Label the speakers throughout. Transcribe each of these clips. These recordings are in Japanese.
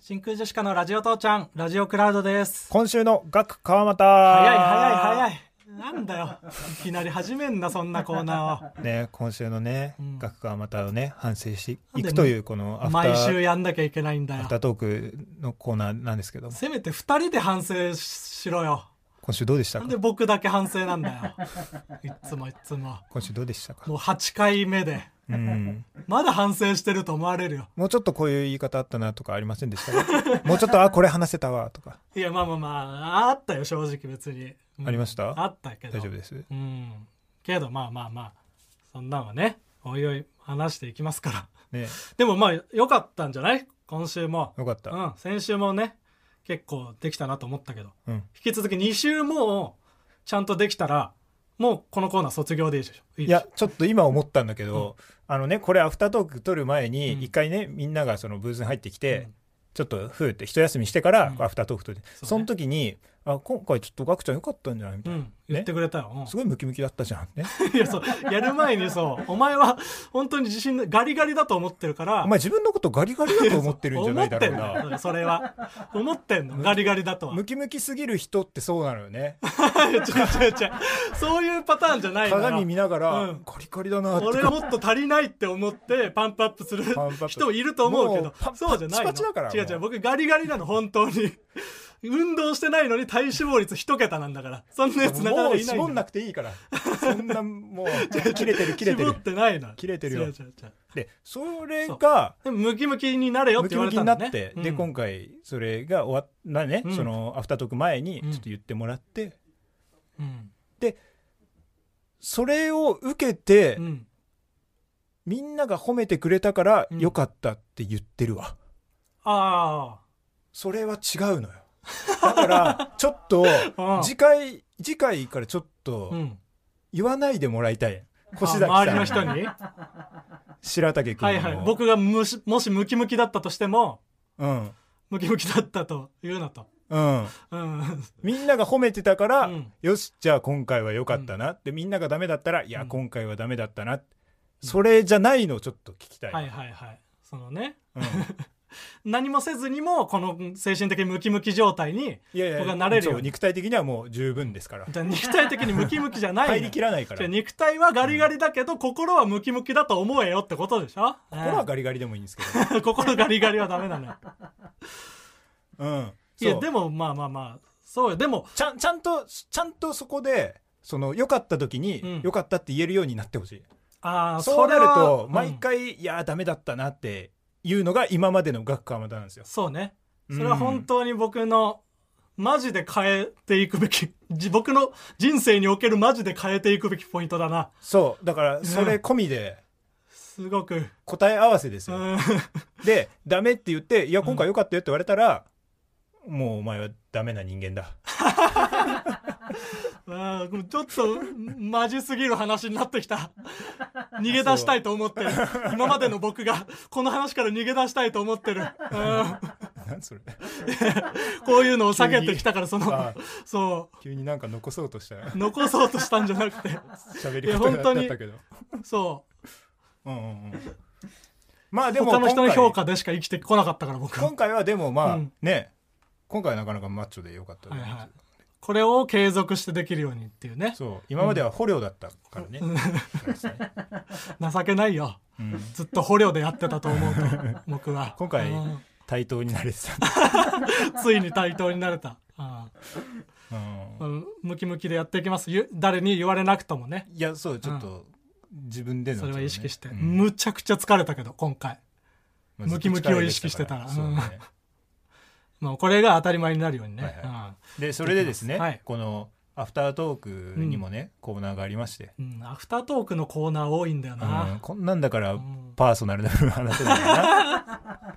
Speaker 1: 真空ジェシカのラジオ父ちゃん、ラジオクラウドです。
Speaker 2: 今週のガク川又
Speaker 1: 早い早い早い。なんだよ。いきなり始めんな、そんなコーナ
Speaker 2: ね今週のね、
Speaker 1: うん
Speaker 2: ガク川又をね反省して
Speaker 1: なん
Speaker 2: い
Speaker 1: で
Speaker 2: くというこの
Speaker 1: ー
Speaker 2: ア
Speaker 1: を。
Speaker 2: フター
Speaker 1: 毎週やんなきゃいけないんだ
Speaker 2: アフ
Speaker 1: よ
Speaker 2: タ。ートークのコーナーなんですけども
Speaker 1: せめて二人で反省ししろよ。
Speaker 2: 今週どうでした
Speaker 1: な
Speaker 2: か
Speaker 1: んで僕だけ反省なんだよ。いっつもいっつも。
Speaker 2: 今週どうでしたか
Speaker 1: もう8回目で。
Speaker 2: うん
Speaker 1: まだ反省してると思われるよ。
Speaker 2: もうちょっとこういう言い方あったなとかありませんでしたかもうちょっとあこれ話せたわとか
Speaker 1: いや、まあまあまあ、あったよ、正直別に。うん
Speaker 2: ありました
Speaker 1: あったけど。
Speaker 2: 大丈夫です
Speaker 1: うん。けど、まあまあまあ、そんなんはね、おいおい話していきますから。
Speaker 2: ね
Speaker 1: でもまあ、良かったんじゃない今週も。
Speaker 2: よかった、
Speaker 1: うん、先週もね、結構できたなと思ったけど。
Speaker 2: うん
Speaker 1: 引き続き2週も、ちゃんとできたら、もうこのコーナー卒業でいいでしょ。いい
Speaker 2: い
Speaker 1: でしょ
Speaker 2: や、ちょっと今思ったんだけど、あのねこれアフタートーク撮る前に
Speaker 1: うん
Speaker 2: 一回ね、みんながそのブースに入ってきて、
Speaker 1: うん
Speaker 2: ちょっとふーって一休みしてから、
Speaker 1: うん
Speaker 2: アフタートーク撮って
Speaker 1: う
Speaker 2: そ,、
Speaker 1: ね
Speaker 2: の時にあ今回ちょっとガクちゃんよかったんじゃないみた
Speaker 1: う
Speaker 2: いな、
Speaker 1: ん、言ってくれたよ。うん
Speaker 2: すごいムキムキだったじゃんね
Speaker 1: いや、そう、やる前にそう、お前は本当に自信な、ガリガリだと思ってるから、
Speaker 2: お前自分のことガリガリだと思ってるんじゃないだろう
Speaker 1: 思ってん
Speaker 2: な
Speaker 1: の それは。思ってんのガリガリだとは。
Speaker 2: ムキムキすぎる人ってそうなのよね
Speaker 1: 違う違う違う。そういうパターンじゃないのよ
Speaker 2: 鏡見ながら、
Speaker 1: うん
Speaker 2: ガリガリだなって
Speaker 1: 俺もっと足りないって思ってパンプアップする
Speaker 2: パンプアップ
Speaker 1: 人もいると思うけ
Speaker 2: も
Speaker 1: ど
Speaker 2: うパン
Speaker 1: そうじゃないの
Speaker 2: パチパチだから
Speaker 1: 違う違う僕ガリガリなの本当に運動してないのに体脂肪率一桁なんだからそんなやつなかなか
Speaker 2: もう
Speaker 1: いない
Speaker 2: 絞ん
Speaker 1: の
Speaker 2: なくていいからそんなもう切 れてる切れて
Speaker 1: 絞
Speaker 2: る
Speaker 1: ってないの
Speaker 2: 切れてるよ
Speaker 1: 違う違う違う
Speaker 2: でそれが
Speaker 1: でもムキムキになれよっ
Speaker 2: ム
Speaker 1: て
Speaker 2: キ
Speaker 1: 言わ
Speaker 2: ム
Speaker 1: れ
Speaker 2: キ
Speaker 1: た
Speaker 2: に
Speaker 1: ん
Speaker 2: な
Speaker 1: だ
Speaker 2: っ
Speaker 1: ね
Speaker 2: て、
Speaker 1: うん
Speaker 2: で今回それが終わったね、
Speaker 1: うん
Speaker 2: そのアフタートーク前に
Speaker 1: う
Speaker 2: ちょ
Speaker 1: ん
Speaker 2: っと言ってもらって、
Speaker 1: うん
Speaker 2: それを受けて、
Speaker 1: うん
Speaker 2: みんなが褒めてくれたから、
Speaker 1: うん
Speaker 2: よかったって言ってるわ
Speaker 1: あ
Speaker 2: それは違う のよだからちょっと
Speaker 1: あ
Speaker 2: 次回次回からちょっ
Speaker 1: あう
Speaker 2: と
Speaker 1: ん
Speaker 2: 言わないでもらいたい越
Speaker 1: あ周り
Speaker 2: 崎
Speaker 1: の人
Speaker 2: さん
Speaker 1: に
Speaker 2: 白竹君
Speaker 1: は
Speaker 2: の
Speaker 1: いはい僕がむしもしムキムキだったとしても
Speaker 2: うん
Speaker 1: ムキムキだったと言うなと
Speaker 2: うん
Speaker 1: うん
Speaker 2: みんなが褒めてたから、
Speaker 1: うん
Speaker 2: よしじゃあ今回は良かったな、でみんながダメだったらいや、
Speaker 1: うん
Speaker 2: 今回はダメだったな、それじゃないのをちょっと聞きたい、
Speaker 1: はいはいはいそのね
Speaker 2: うん
Speaker 1: 何もせずにもこの精神的ムキムキ状態に
Speaker 2: いやいや
Speaker 1: 僕は慣れるように
Speaker 2: そう肉体的にはもう十分ですから
Speaker 1: だから肉体的にムキムキじゃないのよ
Speaker 2: 入りきらないか
Speaker 1: じゃあ
Speaker 2: ら
Speaker 1: 肉体はガリガリだけど心はムキムキだと思えよってことでしょ
Speaker 2: 心はガリガリでもいいんですけど、
Speaker 1: うん 心ガリガリはダメなのよ
Speaker 2: うん、
Speaker 1: いや
Speaker 2: そう
Speaker 1: でもまあまあまあそうよでも
Speaker 2: ちゃんちゃんとちゃんとそこでその良かった時に、
Speaker 1: うん
Speaker 2: 良かったって言えるようになってほしい
Speaker 1: ああ
Speaker 2: そうなると毎
Speaker 1: 回
Speaker 2: 回、いやダメだったなっていうのが今までの学科またなんですよ
Speaker 1: そうねそれは本当に僕の、マジで変えていくべき、じ僕の人生におけるマジで変えていくべきポイントだな。
Speaker 2: そうだからそれ込みで
Speaker 1: すごく。
Speaker 2: 答え合わせです
Speaker 1: う
Speaker 2: よ、
Speaker 1: ん。
Speaker 2: でダメって言って「いや今回良かったよ」って言われたら、もうお前はダメな人間だ
Speaker 1: うんちょっと、マジすぎる話になってき た。逃げ出したいと思ってる。今までの僕が、この話から逃げ出したいと思ってる。うん。
Speaker 2: 何それ
Speaker 1: こういうのを避けてきたから、その
Speaker 2: あ、
Speaker 1: そ
Speaker 2: 急になんか残そうとした
Speaker 1: う、残そうとしたんじゃなくて、
Speaker 2: 喋
Speaker 1: い
Speaker 2: り
Speaker 1: や
Speaker 2: 方
Speaker 1: 本当
Speaker 2: だ
Speaker 1: に
Speaker 2: ったけど
Speaker 1: そ
Speaker 2: うんうんうんまあ
Speaker 1: う。
Speaker 2: でも
Speaker 1: 他の人の評
Speaker 2: 今
Speaker 1: 価でしか生きてこなかったから、僕
Speaker 2: 回
Speaker 1: は
Speaker 2: 今。回はでもまあ、
Speaker 1: うん
Speaker 2: ね今回はなかなかマッチョで良かったと
Speaker 1: はい
Speaker 2: 思います
Speaker 1: はい。これを継続してできるようにっていうね。
Speaker 2: そう今までは捕虜だったからね、
Speaker 1: 情けないよ
Speaker 2: うん
Speaker 1: ずっと捕虜でやってたと 思うと僕は
Speaker 2: 今回
Speaker 1: うん
Speaker 2: 対等になれて
Speaker 1: ついに対等になれた、
Speaker 2: た、うん
Speaker 1: うん、ムキムキでやっていきますゆ誰に言われなくともね
Speaker 2: いやそうちょっと、自分での
Speaker 1: それは意識して、
Speaker 2: うん
Speaker 1: むちゃくちゃ疲れたけど今回
Speaker 2: まあず
Speaker 1: ム
Speaker 2: っと
Speaker 1: キムキを意識
Speaker 2: 力入れ
Speaker 1: してたら
Speaker 2: からそうね
Speaker 1: もうこれが当たり前になるようにね、
Speaker 2: はいはでそれでですね、
Speaker 1: はい
Speaker 2: このアフタートークにもね、コーナーがありまして、
Speaker 1: うんうんアフタートークのコーナー多いんだよ
Speaker 2: うん
Speaker 1: な、
Speaker 2: こんなんだから
Speaker 1: ん
Speaker 2: パーソナルな部分話せないな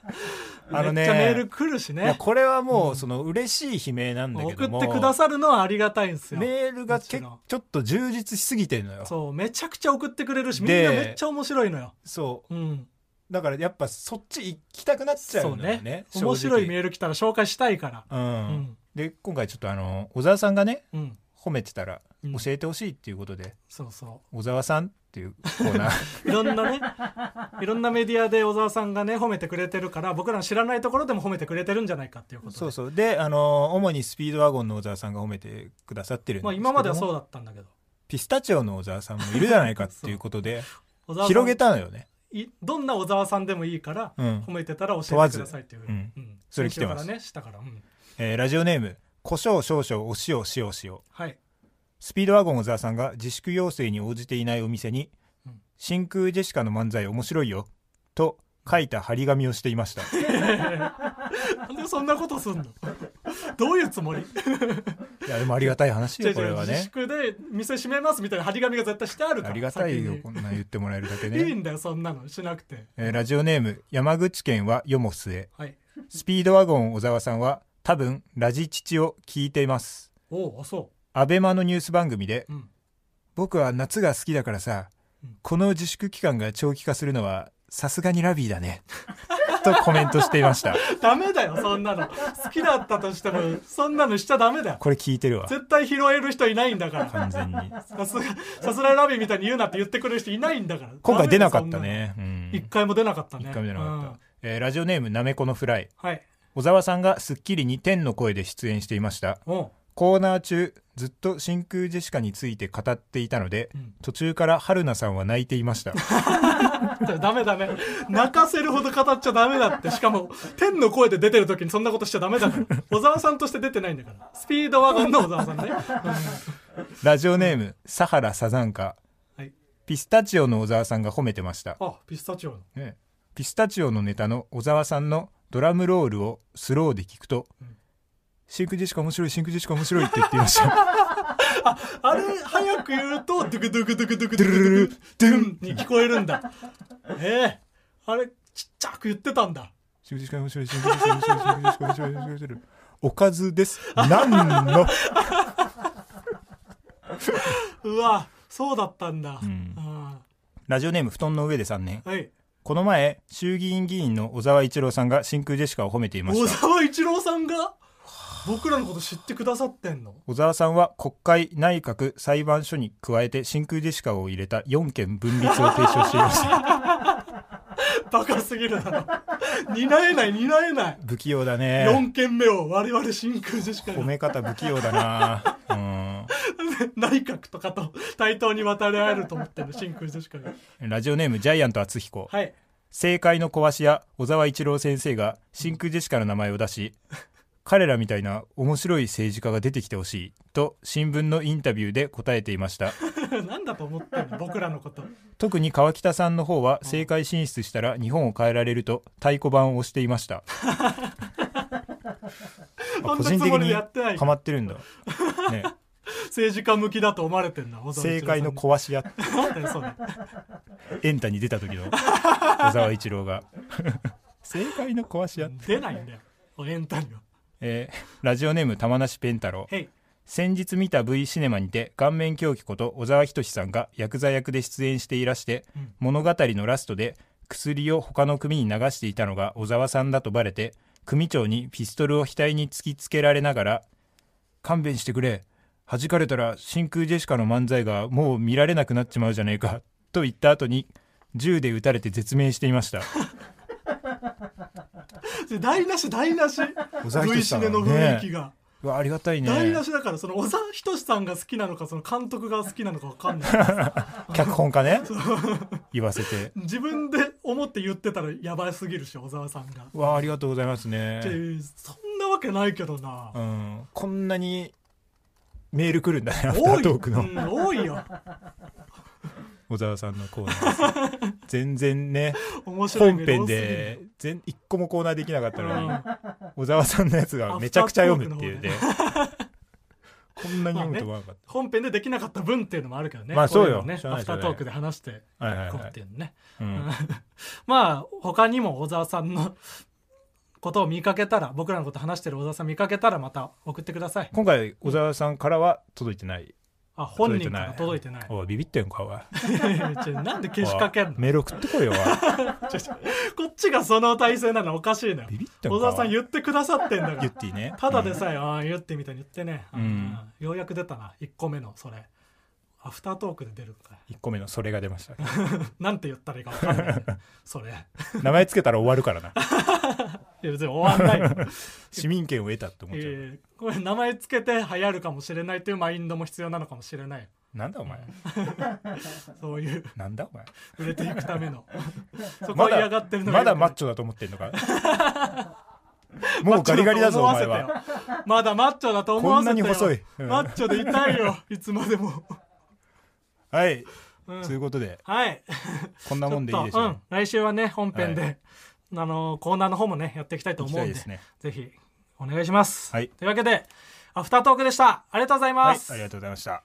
Speaker 2: あの
Speaker 1: めっ
Speaker 2: ね
Speaker 1: ちゃメール来るし
Speaker 2: いや
Speaker 1: ね
Speaker 2: これはもうその嬉しい悲鳴なんだけ
Speaker 1: 送
Speaker 2: ども
Speaker 1: ってくださるのはありがたいんですよ
Speaker 2: メールが
Speaker 1: もち
Speaker 2: け
Speaker 1: ろん
Speaker 2: ちょっと充実しすぎてるのよそう
Speaker 1: そうめちゃくちゃ送ってくれるしみんな
Speaker 2: で
Speaker 1: めっちゃ面白いのよ、うん、
Speaker 2: だからやっぱそっち行きたくなっちゃ
Speaker 1: そううん
Speaker 2: だ
Speaker 1: ね
Speaker 2: よね正直
Speaker 1: 面白いメール来たら紹介したいから
Speaker 2: うん、
Speaker 1: うん
Speaker 2: で今回ちょっとあの小沢さんがね
Speaker 1: うん
Speaker 2: 褒めてたら
Speaker 1: うん
Speaker 2: 教えてほしいっていうことで、
Speaker 1: そうそう
Speaker 2: 小沢さんっていうコ ーナー
Speaker 1: いろんなね、いろんなメディアで小沢さんがね、褒めてくれてるから、僕らの知らないところでも褒めてくれてるんじゃないかっていうことで。
Speaker 2: そうそうであの主にスピードワゴンの小沢さんが褒めてくださってるんです
Speaker 1: まあ
Speaker 2: けど
Speaker 1: 今まではそううだったんだけど。
Speaker 2: ピスタチオの小沢さんもいるじゃないかっていうことで
Speaker 1: 小沢さん
Speaker 2: 広げたのよね
Speaker 1: いどんな小沢さんでもいいから、
Speaker 2: うん
Speaker 1: 褒めてたら教えてくださいっていう。
Speaker 2: 問わず
Speaker 1: ん
Speaker 2: それ来てま
Speaker 1: 先
Speaker 2: す
Speaker 1: 週からね、したから。うん。
Speaker 2: えーラジオネーム胡椒少々お塩塩塩
Speaker 1: はい。
Speaker 2: スピードワゴン小沢さんが自粛要請に応じていないお店に
Speaker 1: うん
Speaker 2: 「真空ジェシカの漫才面白いよ」と書いた張り紙をしていました い
Speaker 1: なんでそんなことすんの どういうつもり
Speaker 2: やでもありがたい話
Speaker 1: 違う
Speaker 2: よこれ
Speaker 1: 違う
Speaker 2: は
Speaker 1: 自
Speaker 2: ね
Speaker 1: 粛で店閉めますみたいな張り紙が絶対してあるから
Speaker 2: ありがたいよ
Speaker 1: 先
Speaker 2: こんなん言ってもらえるだ け
Speaker 1: にいい
Speaker 2: ね、
Speaker 1: んだよそんなのしなくて
Speaker 2: えーラジオネーム山口県はよも末
Speaker 1: はい
Speaker 2: スピードワゴン小沢さんは多分ラジ父を聞いています
Speaker 1: おおそ
Speaker 2: アベマのニュース番組で
Speaker 1: う、うん、
Speaker 2: 僕は夏が好きだからさ、
Speaker 1: うん
Speaker 2: この自粛期間が長期化するのはさすがにラビーだねとコメントしていました
Speaker 1: ダメだよそんなの好きだったとしてもそんなのしちゃダメだよ
Speaker 2: これ聞いてるわ
Speaker 1: 絶対拾える人いないんだから
Speaker 2: 完全に
Speaker 1: さすがさすらいラビーみたいに言うなって言ってくれる人いないんだから
Speaker 2: 今回出なかっ
Speaker 1: ダ
Speaker 2: た
Speaker 1: メだよ
Speaker 2: ね、
Speaker 1: そ
Speaker 2: うん
Speaker 1: んなの一回も出なかったね
Speaker 2: 一回も出なかった
Speaker 1: うん、
Speaker 2: えーラジオネームなめこのフライ
Speaker 1: はい
Speaker 2: 小沢さんが『スッキリ』に天の声で出演していました
Speaker 1: おう
Speaker 2: コーナー中ずっと真空ジェシカについて語っていたので、
Speaker 1: うん
Speaker 2: 途中から春菜さんは泣いていました
Speaker 1: ダメだね泣かせるほど語っちゃダメだってしかも天の声で出てる時にそんなことしちゃダメだから小沢さんとして出てないんだからスピードワゴンの小沢さんね、
Speaker 2: ラジオネームサハラサザンカ
Speaker 1: うんはい、
Speaker 2: ピスタチオの小沢さんが褒めてました、
Speaker 1: あピスタチオの
Speaker 2: ねピスタチオのネタの小沢さんのドラムロールをスローで聞くと、
Speaker 1: うん
Speaker 2: 真空ジェシカ面白い真空ジェシカ面白いって言っていました
Speaker 1: あれ早く言うとドゥクドゥクドゥクドゥクドゥクドゥクドゥンに聞こえるんだええあれちっちゃく言ってたんだ
Speaker 2: 新聞紙面白い、新聞紙面白い、新聞紙面白い、新聞紙面白い。おかずです。なんの。
Speaker 1: うわそうだったんだ、
Speaker 2: ん
Speaker 1: あ
Speaker 2: ラジオネーム布団の上で3年
Speaker 1: あ。はい
Speaker 2: この前、衆議院議員の小沢一郎さんが真空ジェシカを褒めていま
Speaker 1: 小
Speaker 2: した。
Speaker 1: 沢一郎さんが僕らのこと知ってくださってんの
Speaker 2: 小沢さんは国会、内閣、裁判所に加えて真空ジェシカを入れた4件分立を提唱していました。
Speaker 1: バカすぎるだろ担えない担えない
Speaker 2: 不器用だね。
Speaker 1: 4件目を我々真空ジェシカ
Speaker 2: 褒
Speaker 1: が
Speaker 2: め方不器用だな。うん。
Speaker 1: 内閣とかと対等に渡り合えると思ってる真空ジェシカが
Speaker 2: ラジオネームジャイアント厚彦。
Speaker 1: はい
Speaker 2: 政界の壊し屋小沢一郎先生が真空ジェシカの名前を出し彼らみたいな面白い政治家が出てきてほしいと新聞のインタビューで答えていました
Speaker 1: なんだと思ってんの僕らのこと
Speaker 2: 特に川北さんの方は政界進出したら日本を変えられると太鼓判を押していました
Speaker 1: そ
Speaker 2: あ
Speaker 1: んな
Speaker 2: 個人
Speaker 1: つ
Speaker 2: 的
Speaker 1: もり
Speaker 2: に
Speaker 1: でやってない
Speaker 2: ハマってるんだ、 ね、
Speaker 1: 政治家向きだと思われてんな小沢一郎
Speaker 2: 政
Speaker 1: さ
Speaker 2: 界
Speaker 1: ん
Speaker 2: の壊し屋
Speaker 1: そうだよそうだよ
Speaker 2: エンタに出た時の小沢一 郎が政界の壊し屋、
Speaker 1: 出ないんだよエンタには
Speaker 2: えーラジオネーム玉梨ペン太郎
Speaker 1: へい
Speaker 2: 先日見た V シネマにて顔面狂気こと小沢仁志さんがヤクザ役で出演していらして、
Speaker 1: うん
Speaker 2: 物語のラストで薬を他の組に流していたのが小沢さんだとバレて組長にピストルを額に突きつけられながら「勘弁してくれ弾かれたら真空ジェシカの漫才がもう見られなくなっちまうじゃねえか」と言った後に銃で撃たれて絶命していました
Speaker 1: で台無し台無し
Speaker 2: 小沢仁
Speaker 1: V
Speaker 2: 志さ
Speaker 1: シ
Speaker 2: ん
Speaker 1: ネの雰囲気が、
Speaker 2: うわありがたいね
Speaker 1: 台無しだからその小沢仁志さんが好きなのかその監督が好きなのか分かんない
Speaker 2: 脚本 家ね言わせて
Speaker 1: 自分で思って言ってたらやばすぎるし小沢さんが、
Speaker 2: うわありがとうございますね
Speaker 1: でそんなわけないけどな、
Speaker 2: うんこんなにメール来るんだね、アフタ
Speaker 1: 多
Speaker 2: ー
Speaker 1: い
Speaker 2: トークの
Speaker 1: うん多いよ
Speaker 2: 小沢さんのコーナー です。全然ね、
Speaker 1: 面白い
Speaker 2: 本
Speaker 1: メール
Speaker 2: 編
Speaker 1: 多すぎる
Speaker 2: で全一個もコーナーできなかったの
Speaker 1: う
Speaker 2: に
Speaker 1: ん、
Speaker 2: 小沢さんのやつがめちゃくちゃ読むっていうね。こんなに読むと思わなかっ
Speaker 1: 本編でできなかった分っていうのもあるけどね。
Speaker 2: まあそうよ
Speaker 1: こいのね、
Speaker 2: しょうが
Speaker 1: ア
Speaker 2: ない
Speaker 1: フ
Speaker 2: しょ
Speaker 1: ター
Speaker 2: うがない
Speaker 1: トークで話して、
Speaker 2: はいはいはい
Speaker 1: こうっていうのね。
Speaker 2: た。うん
Speaker 1: まあ、他にも小沢さんのことを見かけたら、僕らのこと話してる小沢さん見かけたら、また送ってください。
Speaker 2: 今回、小沢さんからは届いてない。
Speaker 1: あ、本人から届いてない。
Speaker 2: おいビビってんのか、おい。
Speaker 1: ちょなんで消しかけんの
Speaker 2: メール送ってこいよ、おい
Speaker 1: ちょちょこっちがその体制なのおかしいのよ
Speaker 2: ビ。ビってん
Speaker 1: 小
Speaker 2: の
Speaker 1: 沢
Speaker 2: か。
Speaker 1: さん
Speaker 2: 言
Speaker 1: 言ってくださってんだか
Speaker 2: ゆっ
Speaker 1: ら。
Speaker 2: ていね。
Speaker 1: ただでさえ、ああ、言ってみたいに言ってね、
Speaker 2: うん
Speaker 1: あーようやく出たな、1個目の、それ。アフタートークで出るんかい
Speaker 2: 1個目のそれが出ました。
Speaker 1: なんて言ったらいいか分かんない ね、それいや
Speaker 2: 名前つけたら終わ るからな。
Speaker 1: 別に終わんない よ
Speaker 2: 市民権を得たって思っちゃう。
Speaker 1: えーこれ名前つけて流行るかもしれないというマインドも必要なのかもしれないよ
Speaker 2: なんだお前。
Speaker 1: そういう
Speaker 2: なんだ お前。
Speaker 1: 売れていくため のそこ
Speaker 2: ま
Speaker 1: は
Speaker 2: だ
Speaker 1: 嫌がってるの
Speaker 2: まだ
Speaker 1: マ
Speaker 2: マッチョだと思ってんの か。もうガリガリだぞお前は。
Speaker 1: はまだマッチョだと思わ
Speaker 2: こん
Speaker 1: せ
Speaker 2: な
Speaker 1: て
Speaker 2: に
Speaker 1: よ
Speaker 2: 細い。うん
Speaker 1: マッチョでいたいよいつまでも、
Speaker 2: はい。
Speaker 1: うん
Speaker 2: ということで、
Speaker 1: はい
Speaker 2: こんなもんでいいでし
Speaker 1: ちょっとう
Speaker 2: ょ
Speaker 1: ん、来週はね本編で、
Speaker 2: は
Speaker 1: あのコーナーの方もねやっていきたいと
Speaker 2: う。行
Speaker 1: 思うん
Speaker 2: きたい
Speaker 1: で
Speaker 2: ですね。
Speaker 1: ぜひお願いします、
Speaker 2: はい
Speaker 1: というわけでアフタートークでしたありがとうござい
Speaker 2: は
Speaker 1: ま
Speaker 2: い
Speaker 1: す、。
Speaker 2: ありがとうございました。